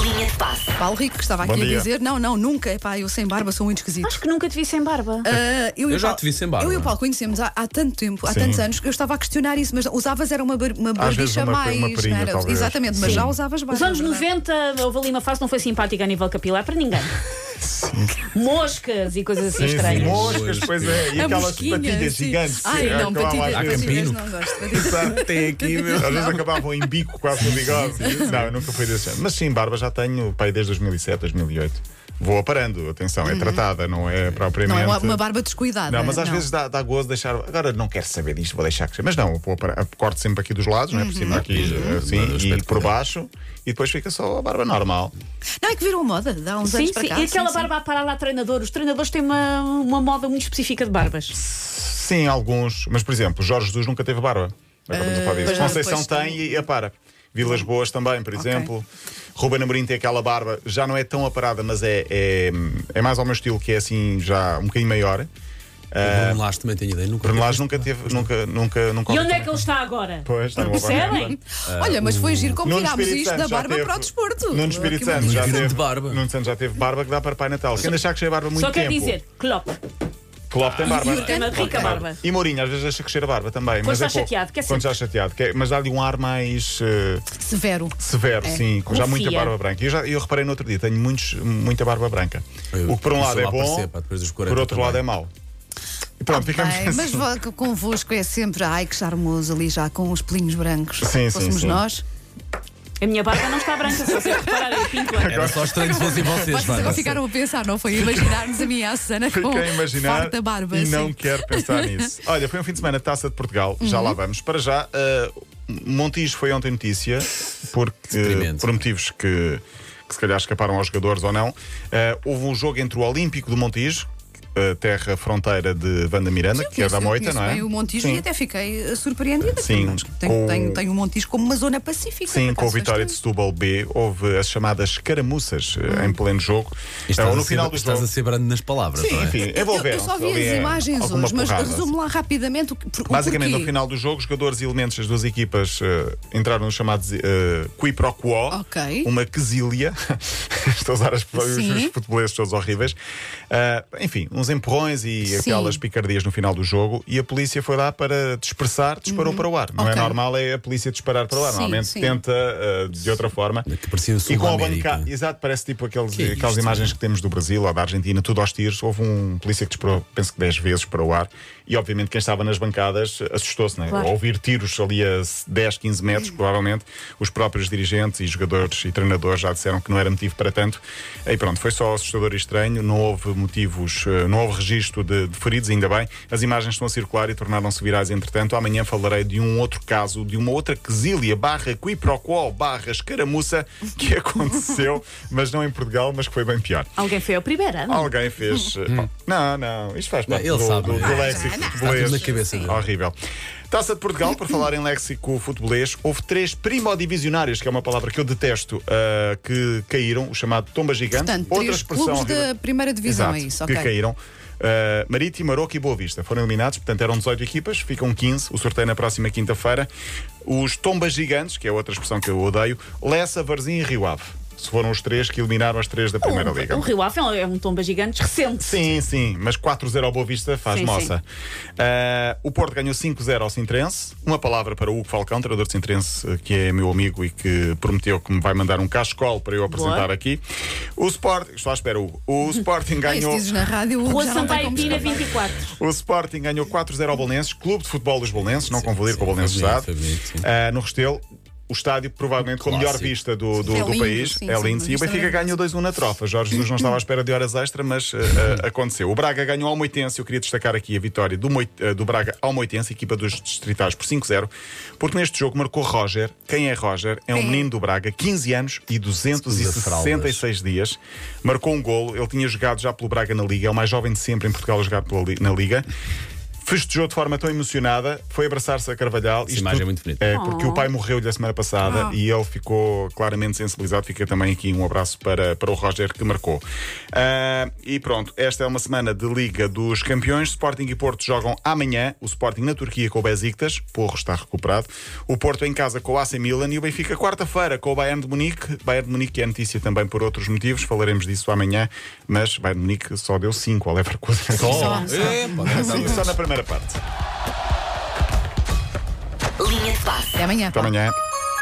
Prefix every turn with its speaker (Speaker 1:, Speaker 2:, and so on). Speaker 1: Linha de passe.
Speaker 2: Paulo Rico, que estava
Speaker 3: Bom
Speaker 2: aqui a
Speaker 3: dia.
Speaker 2: dizer: não, não, nunca, epá, eu sem barba sou muito esquisito.
Speaker 4: Acho que nunca te vi sem barba.
Speaker 2: Ah, e o
Speaker 5: Eu já
Speaker 2: Paulo-
Speaker 5: te vi sem barba.
Speaker 2: Eu e o Paulo conhecemos há, há tanto tempo, há
Speaker 3: Sim.
Speaker 2: tantos anos, que eu estava a questionar isso, mas usavas era uma, bar, uma
Speaker 3: vezes
Speaker 2: barbicha
Speaker 3: uma-
Speaker 2: mais.
Speaker 3: uma perinha,
Speaker 2: não era?
Speaker 3: talvez.
Speaker 2: Exatamente, mas
Speaker 3: Sim.
Speaker 2: já usavas barba.
Speaker 4: Os anos
Speaker 2: não é verdade?
Speaker 4: 90 houve ali uma fase que não foi simpática a nível capilar para ninguém. Moscas e coisas assim estranhas.
Speaker 3: Moscas, pois é, e
Speaker 2: A
Speaker 3: aquelas
Speaker 2: mosquinha,
Speaker 3: patilhas
Speaker 2: sim.
Speaker 3: gigantes.
Speaker 2: Ai,
Speaker 3: é,
Speaker 2: não,
Speaker 3: que lá
Speaker 4: assim.
Speaker 2: patilhas,
Speaker 3: às
Speaker 5: Há
Speaker 3: vezes-
Speaker 2: patilhas
Speaker 5: campino.
Speaker 2: não é gosto. patilhas.
Speaker 5: Tem aqui, meu.
Speaker 3: Às vezes acabavam em bico quase no bigode. Não, eu nunca fui desse género. Mas sim, barba já tenho, pai, desde 2007, 2008. Vou aparando, atenção, é tratada, não é
Speaker 2: Uhum. Não
Speaker 3: propriamente.
Speaker 2: é uma, uma barba descuidada.
Speaker 3: Não, mas às vezes dá, dá gozo deixar. Agora não quero saber disto, vou deixar crescer. Mas não, vou aparar, corto sempre aqui dos lados, não é? Por
Speaker 2: Uhum.
Speaker 3: cima aqui, assim,
Speaker 5: Mas eu espero
Speaker 3: e
Speaker 5: que
Speaker 3: por
Speaker 5: dê.
Speaker 3: baixo, e depois fica só a barba normal.
Speaker 2: Não, é que virou moda, dá uns anos
Speaker 4: Sim,
Speaker 2: para
Speaker 4: sim.
Speaker 2: cá.
Speaker 4: E
Speaker 2: sim,
Speaker 4: aquela
Speaker 2: sim.
Speaker 4: barba a parar lá treinador. Os treinadores têm uma, uma moda muito específica de barbas.
Speaker 3: Sim, alguns. Mas, por exemplo, Jorge Jesus nunca teve barba. Agora estamos a falar disso.
Speaker 2: Eh, pois não,
Speaker 3: Conceição
Speaker 2: pois
Speaker 3: tem e apara. Vilas Boas também, por exemplo. Ruben Amorim tem aquela barba, já não é tão aparada, mas é, é, é mais ao meu estilo, que é assim, já um bocadinho maior. É,
Speaker 5: Bruno Lage também tenho ideia. Nunca
Speaker 3: Bruno Lage nunca teve, nunca, nunca, nunca.
Speaker 4: E
Speaker 3: ouvi
Speaker 4: onde é
Speaker 3: também.
Speaker 4: que ele está agora?
Speaker 3: Pois, está uma barba.
Speaker 4: Percebem?
Speaker 2: Olha, mas foi giro como
Speaker 3: Uh, Nuno
Speaker 2: tirámos
Speaker 3: Espírito
Speaker 2: isto
Speaker 3: Santo
Speaker 2: da
Speaker 3: já
Speaker 2: barba
Speaker 3: teve-
Speaker 2: para o desporto.
Speaker 3: Nuno
Speaker 2: Aqui
Speaker 3: Espírito
Speaker 2: uma-
Speaker 3: Santo já
Speaker 5: grande
Speaker 3: teve
Speaker 5: barba.
Speaker 3: Nuno Santos já teve barba que dá para Pai Natal. Quem deixar crescer a barba muito
Speaker 4: Só quer
Speaker 3: tempo.
Speaker 4: dizer, Klopp,
Speaker 3: Klopp tem barba.
Speaker 2: Jurgen
Speaker 4: tem uma rica barba.
Speaker 3: E Mourinho, às vezes deixa crescer a barba também.
Speaker 4: Quando
Speaker 3: mas é
Speaker 4: está
Speaker 3: pouco.
Speaker 4: chateado, que é
Speaker 3: Quando está chateado, que é- mas dá-lhe um ar mais eh,
Speaker 2: Severo.
Speaker 3: severo,
Speaker 2: É.
Speaker 3: sim, com já muita
Speaker 4: Confia.
Speaker 3: barba branca. E Eu, já, eu reparei no outro dia, tenho muitos, muita barba branca.
Speaker 5: Eu-
Speaker 3: o que por um
Speaker 5: eu
Speaker 3: lado
Speaker 5: sou
Speaker 3: é
Speaker 5: lá para
Speaker 3: bom,
Speaker 5: ser, pá, depois dos
Speaker 3: por
Speaker 5: 40
Speaker 3: outro lado
Speaker 5: também.
Speaker 3: é mau. E pronto, ficamos
Speaker 2: Bem, mas
Speaker 3: assim.
Speaker 2: vo- convosco é sempre, ai que charmoso ali já com os pelinhos brancos.
Speaker 3: Sim, sim,
Speaker 2: Fôssemos
Speaker 3: sim.
Speaker 2: nós.
Speaker 4: a minha barba não está branca, se vocês repararem, eu pinto
Speaker 5: Era só estranho se fossem vocês,
Speaker 2: Vocês
Speaker 5: vá.
Speaker 2: agora ficaram a pensar, não foi? Imaginar-nos a mim e à Susana com
Speaker 3: Fiquei a imaginar
Speaker 2: farta barba.
Speaker 3: e
Speaker 2: sim.
Speaker 3: não quero pensar nisso. Olha, foi um fim de semana de Taça de Portugal, já
Speaker 2: Uhum.
Speaker 3: lá vamos. Para já, uh, Montijo foi ontem notícia, porque,
Speaker 5: Deprimente.
Speaker 3: por motivos que, que se calhar escaparam aos jogadores ou não. Uh, houve um jogo entre o Olímpico do Montijo, uh, terra fronteira de Vanda Miranda,
Speaker 2: Eu
Speaker 3: que é
Speaker 2: conheço-
Speaker 3: da
Speaker 2: eu
Speaker 3: Moita,
Speaker 2: conheço
Speaker 3: não é?
Speaker 2: bem o Montijo
Speaker 3: Sim.
Speaker 2: e até fiquei eh, surpreendida.
Speaker 3: Sim,
Speaker 2: Mas Tenho,
Speaker 3: com-
Speaker 2: tenho, tenho o Montijo como uma zona pacífica.
Speaker 3: Sim,
Speaker 2: por
Speaker 3: com a
Speaker 2: acaso,
Speaker 3: vitória de
Speaker 2: bastante. Hum.
Speaker 3: Setúbal B, houve as chamadas caramuças eh, em pleno jogo. É,
Speaker 5: Estás,
Speaker 3: Ou
Speaker 5: a
Speaker 3: no
Speaker 5: ser-
Speaker 3: final do
Speaker 5: é estás
Speaker 3: jogo.
Speaker 5: a ser brando nas palavras,
Speaker 3: Sim,
Speaker 5: não é?
Speaker 3: enfim,
Speaker 2: Eu, eu
Speaker 3: envolveram-se
Speaker 2: só vi
Speaker 3: ali,
Speaker 2: as
Speaker 3: eh,
Speaker 2: imagens
Speaker 3: alguma
Speaker 2: hoje, mas
Speaker 3: porrada.
Speaker 2: resume lá rapidamente o, que- por- o
Speaker 3: Basicamente,
Speaker 2: porquê.
Speaker 3: no final do jogo, jogadores e elementos das duas equipas eh, entraram nos chamados eh, qui pro quo,
Speaker 2: Ok.
Speaker 3: uma quesilha. Estou a usar as, os,
Speaker 2: Sim.
Speaker 3: os futebolistas todos horríveis. Ah, enfim, uns empurrões e
Speaker 2: Sim.
Speaker 3: aquelas picardias no final do jogo. E a polícia foi lá para dispersar, disparou para o ar. Não é
Speaker 2: Uhum. Ok.
Speaker 3: normal é a polícia disparar para o ar.
Speaker 2: Sim,
Speaker 3: Normalmente
Speaker 2: sim.
Speaker 3: tenta ah, de outra forma.
Speaker 5: Que parecia um né? o
Speaker 3: E com a
Speaker 5: Sul-América.
Speaker 3: bancada, exato, parece tipo aqueles,
Speaker 5: Que é
Speaker 3: aquelas
Speaker 5: isto,
Speaker 3: imagens
Speaker 5: meu?
Speaker 3: que temos do Brasil ou da Argentina, tudo aos tiros. Houve um polícia que disparou, penso que 10 vezes para o ar, e obviamente quem estava nas bancadas assustou-se, né?
Speaker 4: Claro.
Speaker 3: Ao ouvir tiros ali a 10, 15 metros, provavelmente. Os próprios dirigentes e jogadores e treinadores já disseram que não era motivo para tanto. E pronto, foi só assustador e estranho, não houve motivos, eh, não houve registro de, de feridos, ainda bem. As imagens estão a circular e tornaram-se virais, entretanto. Amanhã falarei de um outro caso, de uma outra quesilha, barra qui pro quo, barra escaramuça, que aconteceu, mas não em Portugal, mas que foi bem pior.
Speaker 4: Alguém foi ao primeiro ano?
Speaker 3: Alguém fez. eh, Não, não, isto faz parte
Speaker 5: Ele
Speaker 3: do,
Speaker 5: sabe,
Speaker 3: do,
Speaker 5: Hum. não
Speaker 3: do
Speaker 5: é?
Speaker 3: léxico
Speaker 5: Está
Speaker 3: futebolês.
Speaker 5: tudo na cabeça dele.
Speaker 3: Horrível. Taça de Portugal, por falar em léxico futebolês, houve três primodivisionários, que é uma palavra que eu detesto, ah, que caíram, o chamado tomba gigante.
Speaker 2: Portanto,
Speaker 3: Outra
Speaker 2: três
Speaker 3: expressão
Speaker 2: clubes da
Speaker 3: horrível.
Speaker 2: primeira divisão,
Speaker 3: Exato,
Speaker 2: é isso,
Speaker 3: Que
Speaker 2: ok.
Speaker 3: caíram. Ah, Marítimo, Maroco e Boa Vista foram eliminados, portanto eram 18 equipas, ficam 15. O sorteio é na próxima quinta-feira. Os Tombas Gigantes, que é outra expressão que eu odeio, Lessa, Varzim e Rio Ave. Se foram os três que eliminaram as três da Primeira Liga.
Speaker 4: O Rio Ave é um- é um tomba gigante recente.
Speaker 3: Sim, sim, mas 4-0 ao Boa Vista faz
Speaker 4: Sim,
Speaker 3: moça. Ah, o Porto ganhou 5-0 ao Sintrense. Uma palavra para o Hugo Falcão, treinador de Sintrense, eh, que é meu amigo e que prometeu que me vai mandar um cascol para eu apresentar
Speaker 4: Boa.
Speaker 3: aqui. O Sporting, estou à espera, Hugo. O Sporting
Speaker 2: Ah, isso
Speaker 3: ganhou.
Speaker 2: dizes na rádio. o
Speaker 4: Rua
Speaker 2: já não tem
Speaker 4: Sampaio
Speaker 2: como
Speaker 4: é Pina
Speaker 2: escapar.
Speaker 4: 24.
Speaker 3: O Sporting ganhou 4-0 ao Bolenses, Clube de Futebol dos Bolenses, não
Speaker 5: Sim,
Speaker 3: confundir
Speaker 5: sim,
Speaker 3: com o Bolenses
Speaker 5: foi bonito,
Speaker 3: Estado,
Speaker 5: foi bonito, sim.
Speaker 3: ah, no Restelo. O estádio, provavelmente, com a melhor
Speaker 5: Clássico.
Speaker 3: vista do, do,
Speaker 2: É
Speaker 3: do
Speaker 2: lindo,
Speaker 3: país,
Speaker 2: sim,
Speaker 3: é
Speaker 2: sim,
Speaker 3: lindo.
Speaker 2: uma
Speaker 3: e o
Speaker 2: vista
Speaker 3: Benfica
Speaker 2: maravilhosa.
Speaker 3: ganhou 2-1 na tropa. Jorge Jesus não estava à espera de horas extra, mas ah, ah, aconteceu. O Braga ganhou ao Moitense. Eu queria destacar aqui a vitória do, Moi- ah, do Braga ao Moitense, equipa dos distritais, por 5-0, porque neste jogo marcou Roger. Quem é Roger? É um
Speaker 2: Quem é?
Speaker 3: menino do Braga, 15 anos e 266 16 dias, marcou um golo. Ele tinha jogado já pelo Braga na Liga, é o mais jovem de sempre em Portugal a jogar pela li- na Liga. festejou de forma tão emocionada, foi abraçar-se a Carvalhal. Isto
Speaker 5: imagem é
Speaker 3: tudo-
Speaker 5: muito bonita.
Speaker 3: É, porque
Speaker 4: Oh.
Speaker 3: o pai morreu-lhe a semana passada e ele ficou claramente sensibilizado. Fica também aqui um abraço para, para o Roger que marcou. Ah, e pronto, esta é uma semana de Liga dos Campeões. Sporting e Porto jogam amanhã. O Sporting na Turquia com o Besiktas. Porro está recuperado. O Porto em casa com o AC Milan e o Benfica quarta-feira com o Bayern de Munique. Bayern de Munique é notícia também por outros motivos. Falaremos disso amanhã. Mas Bayern de Munique só deu 5 ao Leverkusen.
Speaker 5: Só.
Speaker 2: só.
Speaker 5: Epa,
Speaker 3: Sim, só na primeira parte.
Speaker 1: Linha de passe.
Speaker 2: Até amanhã.
Speaker 3: Até amanhã.